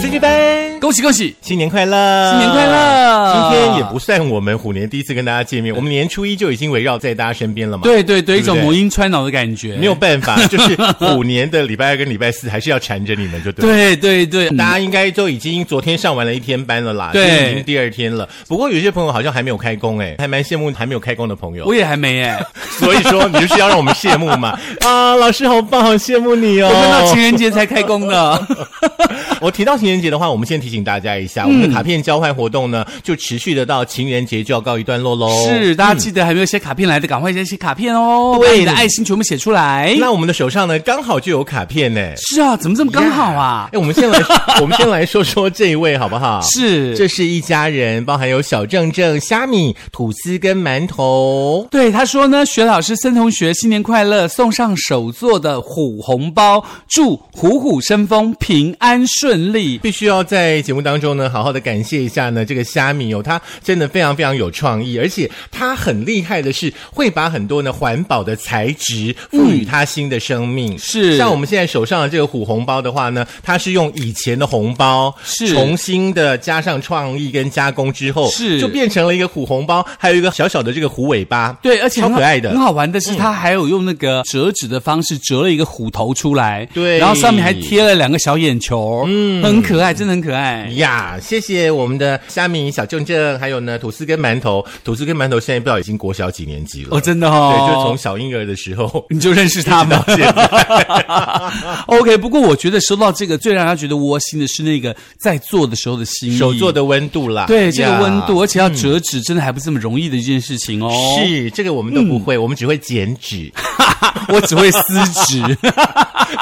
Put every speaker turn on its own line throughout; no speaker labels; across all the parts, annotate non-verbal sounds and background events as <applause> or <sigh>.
C G 班，
恭喜恭喜！
新年快乐！
新年快乐
呃今天也不算我们虎年第一次跟大家见面，我们年初一就已经围绕在大家身边了嘛。
对对对，一
不对
种母婴穿脑的感觉，
没有。办法，就是虎年的礼拜二跟礼拜四还是要缠着你们，就对了。
对对对，
大家应该都已经昨天上完了一天班了啦，
对
今天已经第二天了。不过有些朋友好像还没有开工、哎，还蛮羡慕还没有开工的朋
<laughs>
友
我。也还
<laughs>
没哎，
所以说，你就是要让我们羡慕嘛。啊，老师好棒，好羡慕你哦。
我看到情人节才开工呢。
<laughs> 我提到情人节的话，我们先提醒大家一
嗯
下，我们的卡片交换活动呢，就持续的到情人节就要告一段落喽。
<laughs> 是，大家记得还没有写卡片来的，赶快先写卡片哦，
对
把你的爱心全部写出来。
那我们的手上呢，刚好就有卡片呢。
是啊，怎么这么刚好啊
哎、？我们先
<laughs>
来，我们先来说说这一位好不好？
是，
这是一家人，包含有小正正、虾米、吐司跟馒头。
对，他说呢，学老师森同学新年快乐，送上手做的虎红包，祝虎虎生风，平安顺利。
必须要在节目当中呢，好好的感谢一下呢，这个虾米哦，他真的非常非常有创意，而且他很厉害的是，会把很多呢环保的材质赋予它新的生命。
是
像我们现在手上的这个虎红包的话呢，它是用以前的红包
是
重新的加上创意跟加工之后，
是
就变成了一个虎红包，还有一个小小的这个虎尾巴。
对，而且
超
很好
可爱的嗯
很好玩的是，他还有用那个折纸的方式折了一个虎头出来，
对
然后上面还贴了两个小眼球，嗯，很可爱，真的很可爱。
呀，谢谢我们的虾米小正正，还有呢吐司跟馒头。吐司跟馒头现在不知道已经国小几年级了。
哦，真的
对，
哦，
就是从小婴儿的时候
你就认识他
<laughs>
们
到。现在。
OK，不过我觉得收到这个最让他觉得窝心的是那个在做的时候的心意，
手做
的
的温度啦，
对这个温度，
呀。嗯
而且要折纸，真的还不是这么容易的一件事情哦。嗯
是，这个我们都不会，我们只会剪纸。 <laughs>
我只会撕纸。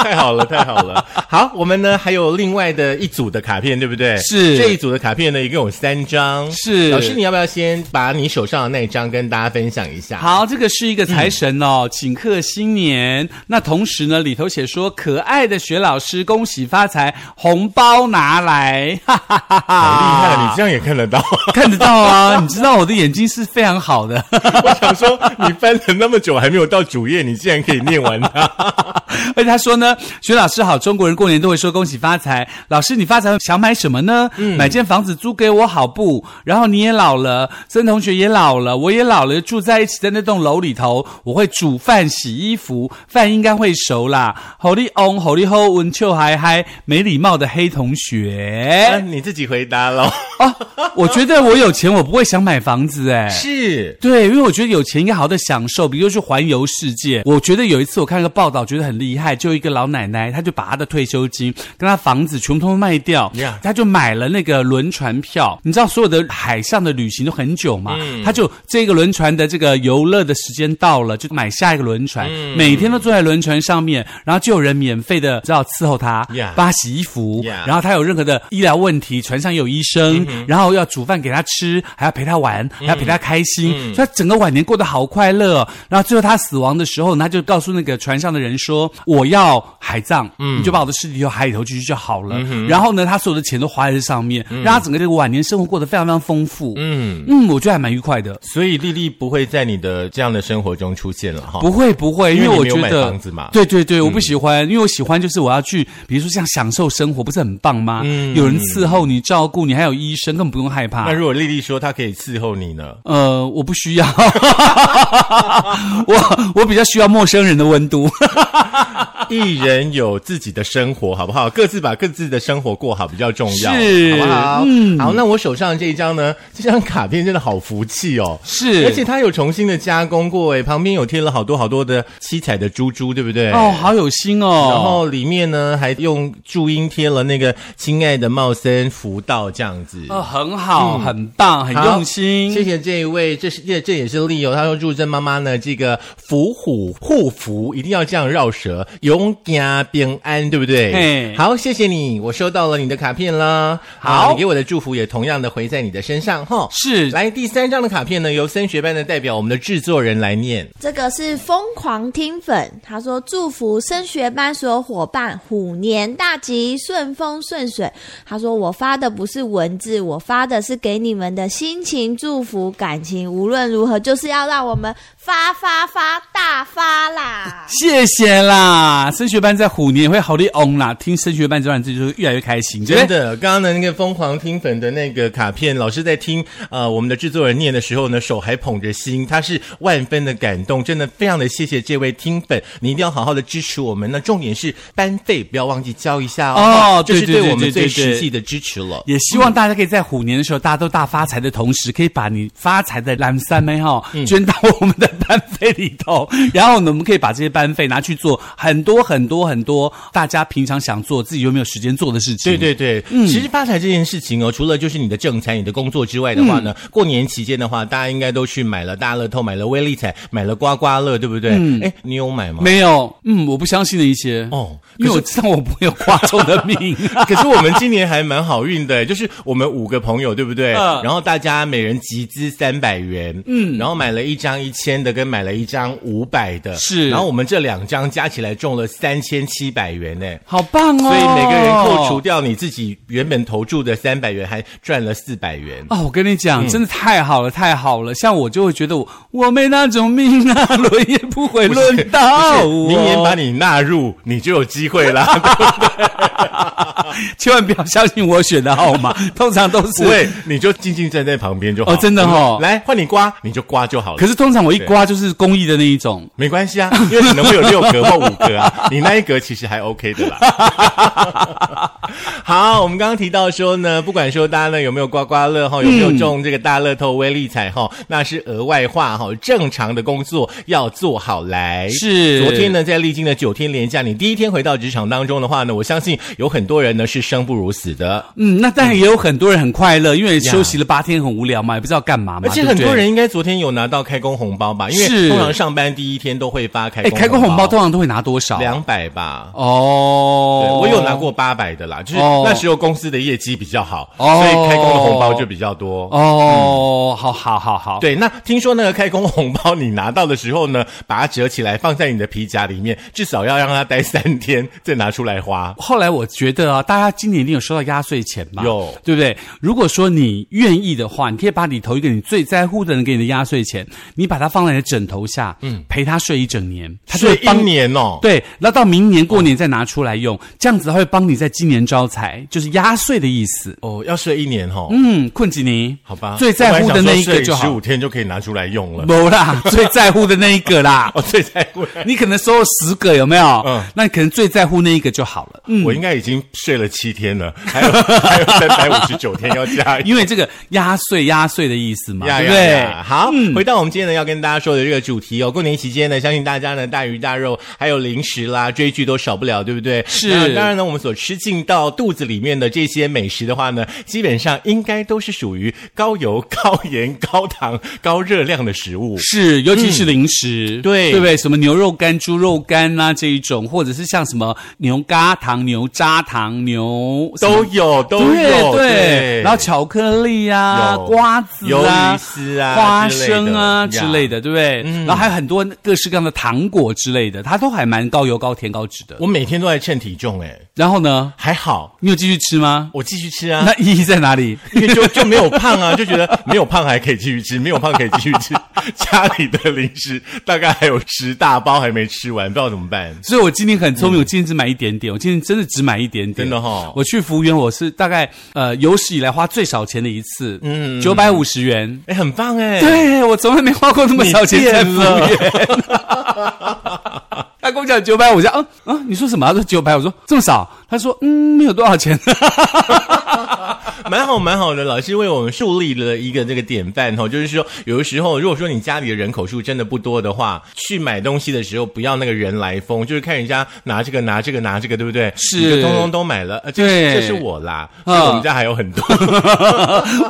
太好了，太好了。好，我们呢还有另外的一组的卡片，对不对？
是
这一组的卡片呢，一共有三张。
是
老师，你要不要先把你手上的那一张跟大家分享一下？
好，这个是一个财神
嗯
哦，请客新年。那同时呢，里头写说，可爱的学老师，恭喜发财，红包拿来，哈哈哈哈！
好厉害，你这样也看得到。 <laughs>
看得到啊，你知道我的眼睛是非常好的。
我想说，你翻了那么久还没有到主页，你竟然可以念完
<laughs>
它。
而且他说呢，学老师好，中国人过年都会说恭喜发财。老师，你发财想买什么呢？买间房子租给我好不？然后你也老了，曾同学也老了，我也老了，住在一起在那栋楼里头，我会煮饭、洗衣服，饭应该会熟啦。好利翁，好利后，文秋嗨嗨，没礼貌的黑同
那 <laughs>
学
你自己回答
<laughs>
喽。
啊！我觉得我有钱，我不会想买房子哎、
是。
对，因为我觉得有钱应该好好的享受，比如说去环游世界。我觉得有一次我看个报道，觉得很厉害，就一个老奶奶，她就把她的退休金跟她房子全部都卖掉
Yeah
她就买了那个轮船票。你知道所有的海上的旅行都很久嘛，她就这个轮船的这个游乐的时间到了，就买下一个轮船，每天都坐在轮船上面，然后就有人免费的知道伺候她
Yeah
帮她洗衣服
Yeah
然后她有任何的医疗问题，船上也有医生，然后要煮饭给她吃，还要陪她玩，还要陪她开心。所以他整个晚年过得好快乐、哦。然后最后他死亡的时候呢，他就告诉那个船上的人说：“我要海葬，你就把我的尸体丢海里头去就好了。然后呢，他所有的钱都花在这上面，让他整个这个晚年生活过得非常非常丰富。嗯嗯，我觉得还蛮愉快的。
所以丽丽不会在你的这样的生活中出现了哈。
不会不会，
因为
因
你
为我
没有
觉
买
得
房子嘛嗯
对对对，我不喜欢，因为我喜欢就是我要去，比如说像享受生活，不是很棒吗？
嗯
有人伺候你、照顾你，还有医生，根本不用害怕。
那如果丽丽说她可以伺候你呢？
呃，我不需要， <laughs> 我我比较需要陌生人的温度。
一人有自己的生活，好不好？各自把各自的生活过好比较重要，
是
好不好？嗯，好。那我手上这一张呢，这张卡片真的好福气哦，
是
而且它有重新的加工过，诶，旁边有贴了好多好多的七彩的珠珠，对不对？
哦，。好有心哦。
然后里面呢，还用注音贴了那个“亲爱的茂森福到”这样子。
呃，很好，
嗯
很棒，很
好
用心。
谢谢这一位，这是这这也是利友，他说祝珍妈妈呢这个福虎护福，一定要这样绕舌，永家平安，对不对
嘿？
好，谢谢你，我收到了你的卡片啦。
好
啊你给我的祝福也同样的回在你的身上哈。
是！
来第三张的卡片呢，由森学班的代表我们的制作人来念。
这个是疯狂听粉，他说祝福升学班所有伙伴虎年大吉，顺风顺水。他说我发的不是文字，我发的是给你们的心情祝福，感情无论如何就是要让我们发发发大发啦
谢谢啦，啦，升学班在虎年会好利翁啦。听升学班这段，这就是越来越开心，对
真
不对？
的，刚刚的那个疯狂听粉的那个卡片，老师在听呃我们的制作人念的时候呢，手还捧着心，他是万分的感动，真的非常的谢谢这位听粉，你一定要好好的支持我们。那重点是班费不要忘记交一下哦，
哦
这是
对对
对我
对
们
对
最
对对
实际的支持了。
也希望大家可以在虎年的时候，大家都大发财的同时，可以把你发财的蓝三枚哈、
嗯
捐到我们的班费里头，然后呢，我们可以把这些班费拿去做很多很多很多大家平常想做自己又没有时间做的事情。
对对对，其实发财这件事情哦，除了就是你的正财、你的工作之外的话呢，过年期间的话，大家应该都去买了大乐透、买了威力彩、买了刮刮乐，对不对？哎，你有买吗？
没有，嗯，我不相信的一些
哦
因为我知道我不会有刮中的
<laughs>
命。
可是我们今年还蛮好运的，就是我们五个朋友，对不对？
嗯
然后大家每人集资三百元，嗯，然后买了一张一千的，跟买了一张五百的，
是
然后我们这两张加起来中了三千七百元呢。
好棒哦！
所以每个人扣除掉你自己原本投注的三百元，还赚了四百元。
啊、我跟你
嗯
讲，真的太好了，太好了！像我就会觉得我我没那种命啊，轮也不会轮到我。
明年把你纳入，你就有机会啦。
千万不要相信我选的号
<laughs>
码，通常都
不会
<laughs> 是。，
你就静静站在旁边就好。
哦真的哦
来换你刮，你就刮就好了。
可是通常我一刮就是公益的那一种。
没关系啊， <laughs> 因为可能会有六格或五格
<laughs>
啊，你那一格其实还 OK 的啦。 <laughs> 好，我们刚刚提到说呢，不管说大家呢有没有刮刮乐哈，有没有中这个大乐透、威力彩哈，那是额外话哈，正常的工作要做好来。
是
昨天呢，在历经的九天连假，你第一天回到职场当中的话呢，我相信有很多人呢是生不如死的。
嗯，那但也有很多人很快乐，因为休息了八天很无聊嘛，也不知道干嘛嘛。
嗯而且
对不
很
对
多人应该昨天有拿到开工红包吧？因为
是
通常上班第一天都会发开
哎，
工
开工红包通常都会拿多少？
两百吧。对
哦，
我有拿过八百的啦，就是
哦
那时候公司的业绩比较好，
哦
所以开工的红包就比较多。
哦，好好好好，
嗯对，那听说那个开工红包你拿到的时候呢，把它折起来放在你的皮夹里面，至少要让它待三天，再拿出来花。
后来我觉得啊，大家今年一定有收到压岁钱吧？
有
对不对？如果说你愿意的话，你可以把里头一个你最在乎的人给你的压岁钱，你把它放在你的枕头下，嗯，陪他睡一整年，他就
所
会
以一
帮你。
年哦，
对，然后到明年过年再拿出来用，这样子他会帮你在今年招财，就是压岁的意思。
哦，要睡一年哦，
嗯，困吉尼，
好吧，
最在乎的那一个就
十
好嗯
五，天就可以拿出来用了。
没
<laughs>
啦，最在乎的那一个啦。
哦，最在乎的。
你可能收了十个，有没有？
嗯哎
嗯，那你可能最在乎那一个就好了。嗯。
我应该已经睡了七天了，还有还有三百五十九天要加
嗯因为这个压岁压岁的意思嘛，
呀呀
对嗯不对？
呀好，回到我们今天呢要跟大家说的这个主题哦，过年期间呢，相信大家呢大鱼大肉，还有零食啦、追剧都少不了，对不对？
是
那当然呢，我们所吃进到肚子里面的这些美食的话呢，基本上应该都是属于高油、高盐、高糖、高热量的食物。
是，尤其是零食，
嗯对
对不对？什么牛肉干、猪肉干啦、这一种，或者是像什么牛轧糖、牛轧糖、牛什么
都有，都有，
对然后巧克力啊
有、
瓜子
鱿鱼
啊、
丝啊
花
之类的
生啊
呀嗯
之类的，对不对？然后还有很多各式各样的糖果之类的，它都还蛮高油、高甜、高脂的。
我每天都在称体重，哎，
然后呢，
还好，
你有继续吃吗？
我继续吃啊。
那意义在
<laughs>
哪里？
因为就就没有胖啊，就 <laughs> 觉得没有胖还可以继续吃，没有胖可以继续吃。 <laughs> 家里的零食大概还有十大包还没吃完，不知道怎么办。
所以我今天很聪明，我今天只买一点点，我今天真的只买一点点，
嗯真的齁
我去服务员，我是大概呃有史以来花最少钱的一次，嗯，九百五十元。
哎，很棒哎，，哦
对，我从来没花过那么少钱在服务
你
员。他跟我讲九百，我讲嗯嗯，你说什么？他说九百，我说这么少。他说嗯，没有多少钱。
蛮好蛮好的。老师为我们树立了一个这个典范哦，就是说有的时候，如果说你家里的人口数真的不多的话，去买东西的时候不要那个人来疯，就是看人家拿这个拿这个拿这个，对不对？
是
你就通通都买了，呃、这
对
这是我啦，所
嗯
以我们家还有很多。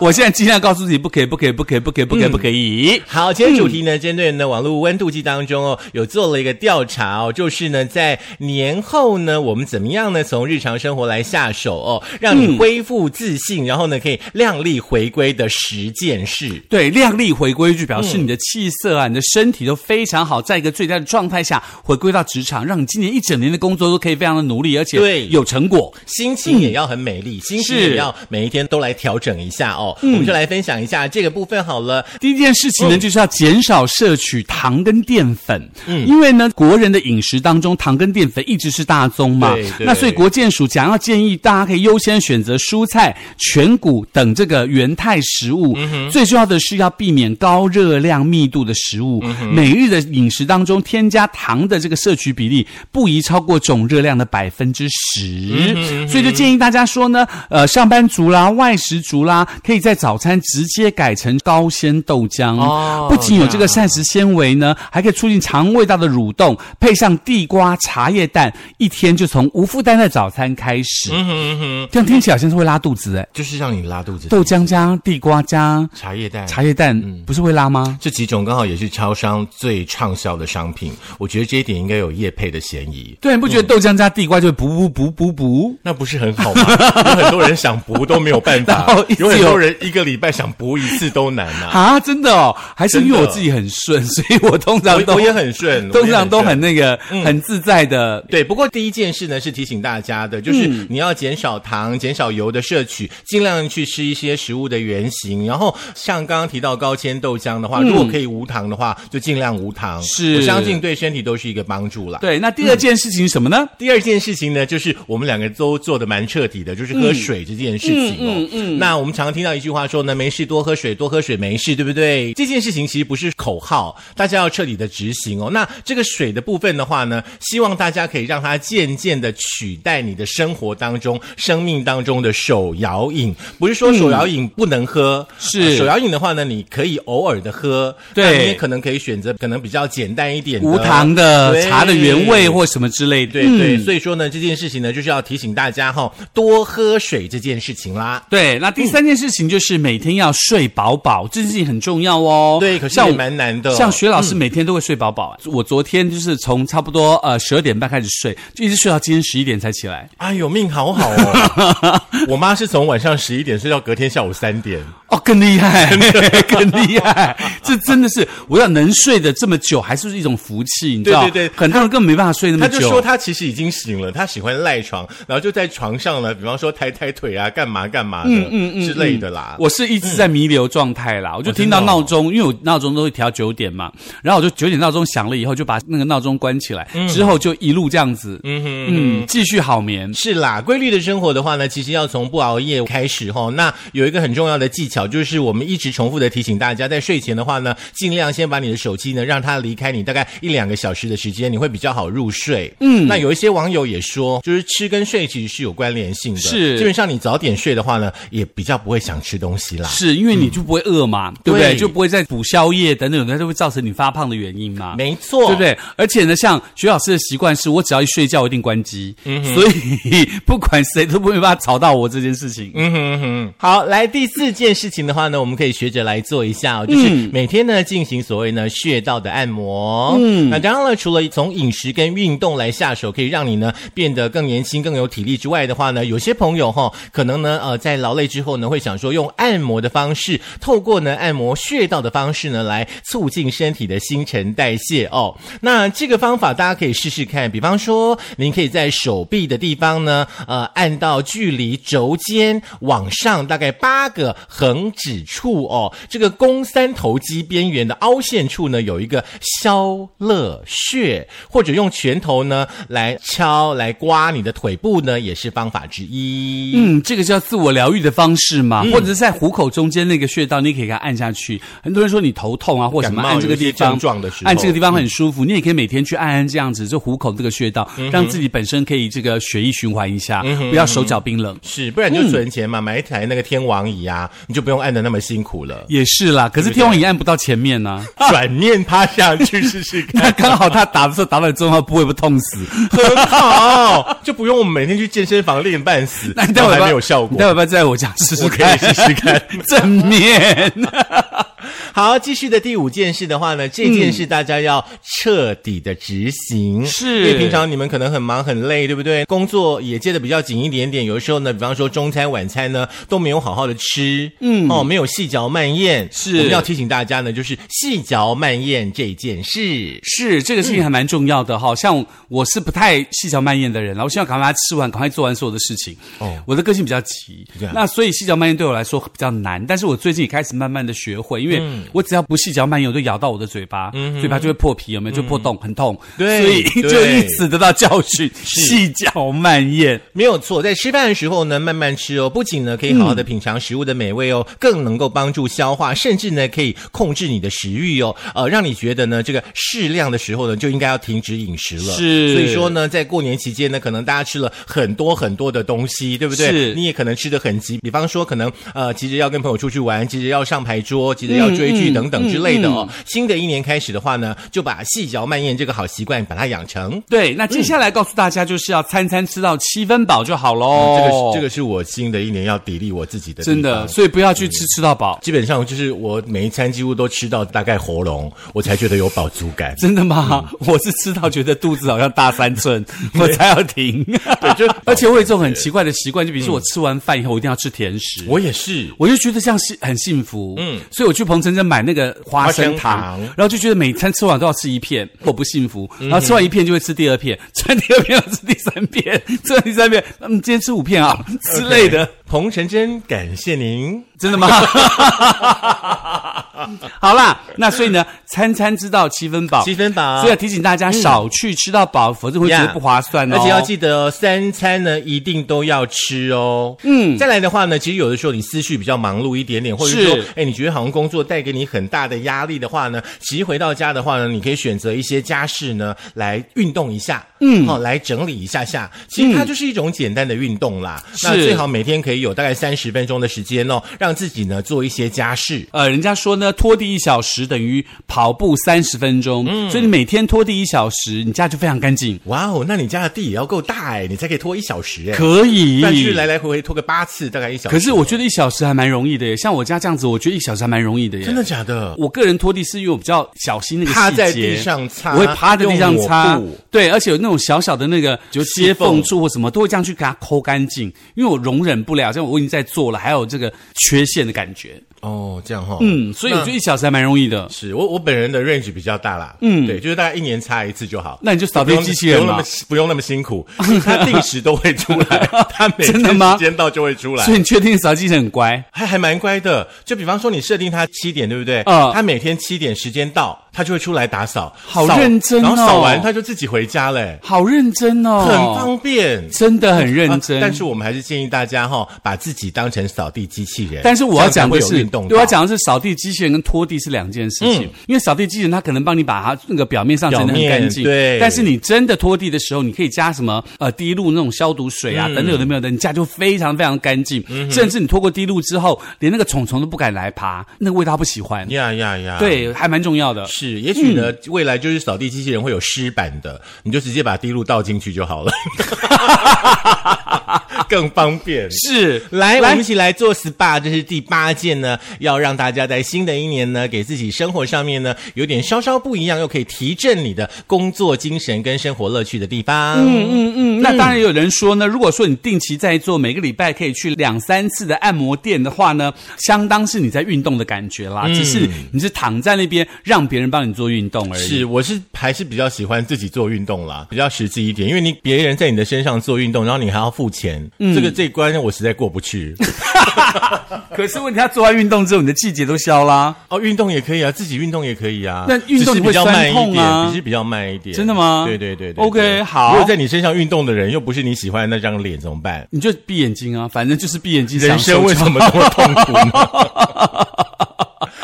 我现在尽量告诉自己，不可以，不可以，不可以，不可以，不可以，不可以。
好，今天主题呢，针对呢网络温度计当中哦，有做了一个调查哦，就是呢在年后呢，我们怎么样呢，从日常生活来下手哦，让你恢复自信，情，然后呢可以亮丽回归的十件事。
对，亮丽回归就表示你的气色啊，你的身体都非常好，在一个最佳的状态下回归到职场，让你今年一整年的工作都可以非常的努力，而且
对
有成果。
心情也要很美丽，心情
是
也要每一天都来调整一下哦。我们就来分享一下这个部分好了。
第一件事情呢，就是要减少摄取糖跟淀粉，因为呢，国人的饮食当中，糖跟淀粉一直是大宗嘛
对。对
那所以国健署讲要建议大家可以优先选择蔬菜、全谷等这个原态食物。最重要的是要避免高热量密度的食物。每日的饮食当中，添加糖的这个摄取比例不宜超过总热量的百分之十。所以就建议大家说呢，呃，上班族啦、外食族啦，可以在早餐直接改成高纤豆浆。
哦
不仅有这个膳食纤维呢，还可以促进肠胃道的蠕动，配上地瓜、茶叶蛋，一天就从无负担的早餐开始。
嗯哼嗯哼，
这样听起来好像是会拉肚子哎，
就是让你拉肚子。
豆浆加地瓜加
茶叶蛋，
茶叶蛋，
嗯
不是会拉吗？
这几种刚好也是超商最畅销的商品，我觉得这一点应该有业配的嫌疑。
对，你不觉得豆浆加地瓜就会补补补补补？
那不是很好吗？ <laughs> 有很多人想补都没有办法
<laughs> 然后一，直
有很
有
多人一个礼拜想补一次都难啊。
啊，真的哦，还是因为
真
我
的
自己很顺，所以我通常
我
啊都
我也很顺，
通常都
我也顺嗯
很那个很自在的
对，不过第一件事呢是提醒大家
嗯
的，就是你要减少糖、减少油的摄取，尽量去吃一些食物的原型。然后像刚刚提到高纤豆浆的话，如果可以无糖的话，就尽量无糖。
嗯是
我相信对身体都是一个帮助啦。。
对，那第二件事情是什么呢？
第二件事情呢，就是我们两个都做的蛮彻底的，就是喝水这件事情哦。嗯那我们常听到一句话说呢，没事多喝水，多喝水没事，对不对？这件事情其实不是口号，大家要彻底的执行哦。那这个水的部分的话呢，希望大家可以让它渐渐的取代你的生活当中、生命当中的手摇饮。不是说手摇饮不能喝，
是
呃手摇饮的话呢，你可以偶尔的喝，
对
那你也可能可以选择可能比较简单一点的
无糖的
嗯对
茶的原味或什么之类的。嗯
对对，所以说呢，这件事情呢，就是要提醒大家哈、多喝水这件事情啦。
对，那第三件事情就是每天要睡饱饱，这件事情很重要哦。
对，可是
像
也
我
蛮难的、哦嗯
像薛老师每天都会睡饱饱，我昨天就是从差不多呃十二点半开始睡，就一直睡到今天十一点才起来。
哎呦，命好好哦！
<laughs>
我妈是从晚上十一点睡到隔天下午三点，
哦，更厉害， <laughs> 更厉害！这真的是，我要能睡的这么久，还是一种福气，你知道？
对对对
很多人根本没办法睡那么
她
久。
就说她其实已经醒了，她喜欢赖床，然后就在床上呢，比方说抬抬腿啊，干嘛干嘛的，
嗯
之类的啦。
我是一直在弥留状态啦，我就听到闹钟，因为我闹钟都会调九点嘛，然后我就九点闹钟响了以后，就把那个闹钟关起来，之后就一路这样子，嗯继续好眠。
是啦，规律的生活的话呢，其实要从不熬夜开始哈、那有一个很重要的技巧，就是我们一直重复的提醒大家，在睡前的话呢，尽量先把你的手机呢让它离开你大概一两个小时的时间，你会比较好入睡。嗯，那有一些网友也说，就是吃跟睡其实是有关联性的，
是
基本上你早点睡的话呢，也比较不会想吃东西啦。
是因为你就不会饿嘛，对不对？
啊对
就不会再补宵夜等等，它就会造成你发胖的原因嘛。
没错，
对不？对？而且呢，像徐老师的习惯是我只要一睡觉，我一定关机，所以 <laughs> 不管谁都没办法吵到我这件事情。
嗯哼哼，好，来第四件事情的话呢，我们可以学着来做一下哦，就是每天呢进行所谓呢穴道的按摩。嗯，那当然了，除了从饮食跟运动来下手，可以让你呢变得更年轻、更有体力之外的话呢，有些朋友哈、可能呢呃在劳累之后呢，会想说用按摩的方式，透过呢按摩穴道的方式呢，来促进身体的新陈代谢哦。那这个方法大家可以试试看，比方说您可以在手臂的地方呢，呃，按到距离肘尖往上大概八个横指处哦，这个肱三头肌边缘的凹陷处呢，有一个消乐穴，或者用拳头呢来敲来刮你的腿部呢，也是方法之一。
嗯，这个叫自我疗愈的方式嘛，
嗯
或者是在虎口中间那个穴道，你可以给它按下去。很多人说你头痛啊，或什
感
么
冒
按这个地
有一
方
些症状的时候嗯
按这个地方很舒服。你也可以每天去按按这样子，就虎口这个穴道，让自己本身可以这个血液循环一下，
嗯
不要手脚冰冷。。
是，不然你就存钱嘛，买一台那个天王椅啊，你就不用按的那么辛苦了
也是啦，可是天王也按不到前面呢、
转念趴下去试试看。
<laughs> 那刚好他打的时候打到你重要部位，不痛死？
<laughs> 很好，就不用我们每天去健身房练半死，
那你待
然
会
后哦还
儿要不要
没有效
你
果
<laughs> 待。会儿要不要在我家试试
我可以
看？
试试看
正面。
好，继续的第五件事的话呢，这件事大家要彻底的执行，
是
因为平常你们可能很忙很累，对不对？工作也接的比较紧一点点，有的时候呢，比方说中餐、晚餐呢都没有好好的吃，嗯，哦，没有细嚼慢咽，
是
我们要提醒大家呢，就是细嚼慢咽这件事。
是这个
嗯
事情还蛮重要的哈、像我是不太细嚼慢咽的人啦，我希望赶快把它吃完，赶快做完所有的事情。
哦
哦，我的个性比较急
这样，
那所以细嚼慢咽对我来说比较难。但是我最近也开始慢慢的学会，因为
嗯
我只要不细嚼慢咽，我就咬到我的嘴巴，嘴巴就会破皮，有没有？就破洞，很痛。
嗯对
所以
对
就因此得到教训，细嚼慢咽。
没有错，在吃饭的时候呢，慢慢吃哦，不仅呢可以好
嗯
好的品尝食物的美味哦，更能够帮助消化，甚至呢可以控制你的食欲哦，呃，让你觉得呢这个适量的时候呢就应该要停止饮食了。
是
所以说呢，在过年期间呢，可能大家吃了很多很多的东西，对不对？
是
你也可能吃的很急，比方说可能呃急着要跟朋友出去玩，急着要上牌桌，急着要追
嗯
剧等等之类的哦。新的一年开始的话呢，就把细嚼慢咽这个好习惯把它养成。
对，那接下来告诉大家，就是要餐餐吃到七分饱就好喽、
这个哦是这个是我新的一年要砥砺我自己的地
哦真
方
的，所以不要去吃吃到饱。。
基本上就是我每一餐几乎都吃到大概喉咙，我才觉得有饱足感
真的吗？我是吃到觉得肚子好像大三 <laughs> 寸，我才要 <laughs> 停。
对，就
而且我有这种很奇怪的习惯，就比如说我吃完饭以后，我一定要吃甜食。
我也是，
我就觉得这样幸很幸福，嗯，所以我去彭城镇买那个花生
花
糖，嗯
生糖
然后就觉得每餐吃完都要吃一片，我不幸福，然后吃完一片就会吃第二片，吃完第二片要吃第三片，吃完第三片，嗯，今天吃五片啊之类的。
彭晨真感谢您。
真的吗？ <laughs> 好啦，那所以呢，餐餐知道七分饱，
七分饱嗯
所以要提醒大家少去吃到饱，否则会觉得不划算哦。
而且要记得哦，三餐呢一定都要吃哦。嗯，再来的话呢，其实有的时候你思绪比较忙碌一点点，或者
是
说，哎，你觉得好像工作带给你很大的压力的话呢，其实回到家的话呢，你可以选择一些家事呢来运动一下，嗯，好、来整理一下下。其实它就是一种简单的运动啦。那
嗯是
最好每天可以有大概三十分钟的时间哦，让自己呢做一些家事。
呃，人家说呢，拖地一小时等于跑步三十分钟，
嗯
所以你每天拖地一小时，你家就非常干净，
哇哦，那你家的地也要够大哎，你才可以拖一小时哎。
可以。
但是来来回回拖个八次，大概一小时。
可是我觉得一小时还蛮容易的耶，像我家这样子，我觉得一小时还蛮容易的耶。
真的假的？
我个人拖地是因为我比较小心那个细节，
趴在地上擦
我会趴在地上擦
用抹布，
对，而且有那种小小的那个就接缝处或什么，都会这样去给它抠干净，因为我容忍不了，这样我已经在做了，还有这个缺陷的感觉，
哦，这样哈、
嗯，所以我觉得一小时还蛮容易的。
是我我本人的 range 比较大啦，嗯，对，就是大概一年擦一次就好。
那你就扫地机器人
不用那
嘛
么，不用那么辛
<laughs>
苦，他定时都会出来，他每
真的吗
天时间到就会出来
所。以你确定扫地机器人很乖？
还还蛮乖的，就比方说你设定他七点，对不对？
啊
他每天七点时间到，他就会出来打扫，
好
扫
认真哦
然后扫完他就自己回家嘞，
好认真哦，
很方便。
真的很认真。
啊但是我们还是建议大家哈、把自己当成扫地机器人。
但是我要讲的
这样才会有
是，
运动到，嗯
对我要讲的是扫地机器人跟拖地是两件事情，因为扫地机器人它可能帮你把它那个表面上整的
表
很
面
干净，
对
但是你真的拖地的时候，你可以加什么呃滴露那种消毒水啊、
嗯
等等有的没有的，你家就非常非常干净，甚至你拖过滴露之后，连那个虫虫都不敢来爬，那个味道它不喜欢，
呀呀呀，。
对，还蛮重要的。
是，也许呢，未来就是扫地机器人会有湿版的，你就直接把滴露倒进去就 <laughs> 好了，更方便。
是，
来，我们一起来做 SPA，这是第八件呢，要让大家在新的一年呢，给自己生活上面呢有点稍稍不一样，又可以提振你的工作精神跟生活乐趣的地方。嗯嗯，
嗯，那当然有人说呢，如果说你定期在做，每个礼拜可以去两三次的按摩店的话呢，相当是你在运动的感觉啦，
嗯
只是你是躺在那边让别人帮你做运动而已。
是，我是还是比较喜欢自己做运动啦，比较实际一点，因为你别人在你的身上做运动，然后你还要付钱，这个这一关我实在过不去。
可是问题他做完运动之后，你的气节都消啦。
哦，运动也可以啊，自己运动也可以啊。
那运动
只是
你会
比较慢一
酸痛
点，
啊
只是比较慢一点。
真的吗
对对对对
OK，
对
好
如果在你身上运动的人又不是你喜欢的那张脸，怎么办？
你就闭眼睛啊，反正就是闭眼睛享
人
受就
生
好。
为什么这么痛苦呢？
<laughs>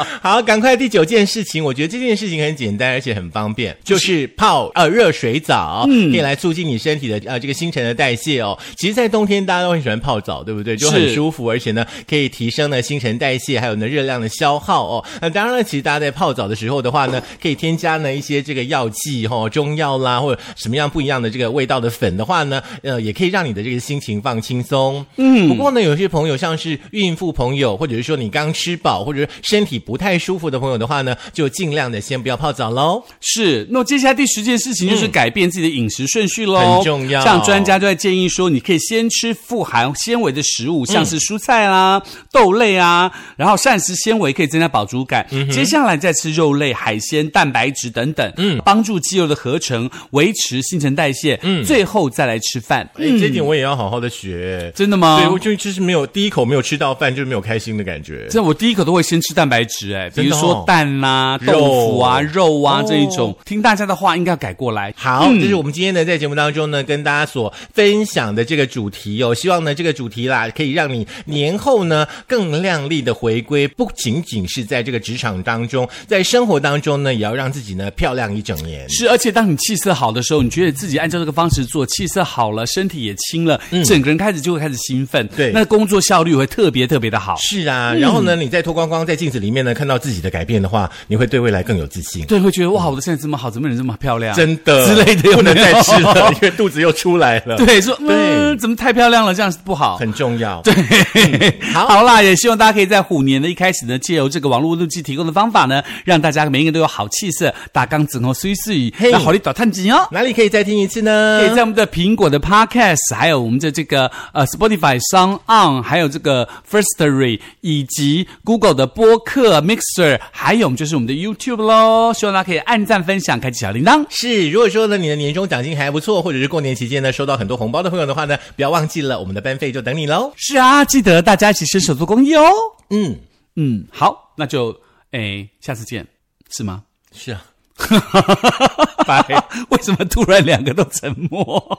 <laughs> 好，赶快第九件事情，我觉得这件事情很简单，而且很方便，就是泡呃热水澡，
嗯
可以来促进你身体的呃这个新陈的代谢哦。其实，在冬天大家都很喜欢泡澡，对不对？就很
是
舒服，而且呢，可以提升呢新陈代谢，还有呢热量的消耗哦。那当然了，其实大家在泡澡的时候的话呢，可以添加呢一些这个药剂哦，中药啦，或者什么样不一样的这个味道的粉的话呢，呃，也可以让你的这个心情放轻松。嗯，不过呢，有些朋友像是孕妇朋友，或者是说你刚吃饱，或者是身体不太太舒服的朋友的话呢，就尽量的先不要泡澡喽。
是，那接下来第十件事情就是改变自己的饮食顺序喽，
嗯很重要
像专家就在建议说，你可以先吃富含纤维的食
嗯
物，像是蔬菜啦、豆类啊，然后膳食纤维可以增加饱足感。
嗯
接下来再吃肉类、海鲜、蛋白质等等，嗯，帮助肌肉的合成，维持新陈代谢。嗯，最后再来吃饭。嗯
哎，这点我也要好好的学。
真的吗？
对，我就就是没有第一口没有吃到饭，就是没有开心的感觉。
这我第一口都会先吃蛋白质，哎，比
真
如
的哦
说蛋啦、豆腐啊、肉啊
哦
这一种。听大家的话，应该要改过来。
好，这是我们今天呢在节目当中呢跟大家所分享的这个主题哦，希望呢这个主题啦可以让你年后呢更亮丽的回归，不仅仅是在这个职场当中，在生活当中呢也要让自己呢漂亮一整年。
是，而且当你气色好的时候，你觉得自己按照这个方式做，气色好了，身体也轻了，整个人开始就会开始兴奋，
嗯对
那工作效率会特别特别的好。
是啊，然后呢，你再脱光光在镜子里面呢看到自己的改变的话，你会对未来更有自信。
对，会觉得哇，我的身材这么好，怎么人这么漂亮？
真的
之类的，有
不能
没有
再吃了，因为肚子又出来了。
<laughs> 对，说
对
嗯，怎么太漂亮了，这样是不好。
很重要。好
好啦，也希望大家可以在虎年的一开始呢，借由这个网络日记提供的方法呢，让大家每一个都有好气色，打钢子哦和碎碎，
嘿
那好利短探金哦。
哪里可以再听一次呢？
可以在我们的苹果的 Podcast，还有我们的这个呃 Spotify、s o n On，还有这个 Firstory，以及 Google 的播客 Mixer，还有我们就是我们的 YouTube 喽。希望大家可以按赞、分享、开启小铃铛。
是，如果说呢你的年终奖金还不错，或者是过年期间呢收到很多红包的朋友的话呢，不要忘记了我们的班费就等你喽。
是啊，记得大家一起伸手做公益哦。
嗯，
嗯，好，那就诶，下次见，是吗？
是啊。
拜。为什么突然两个都沉默？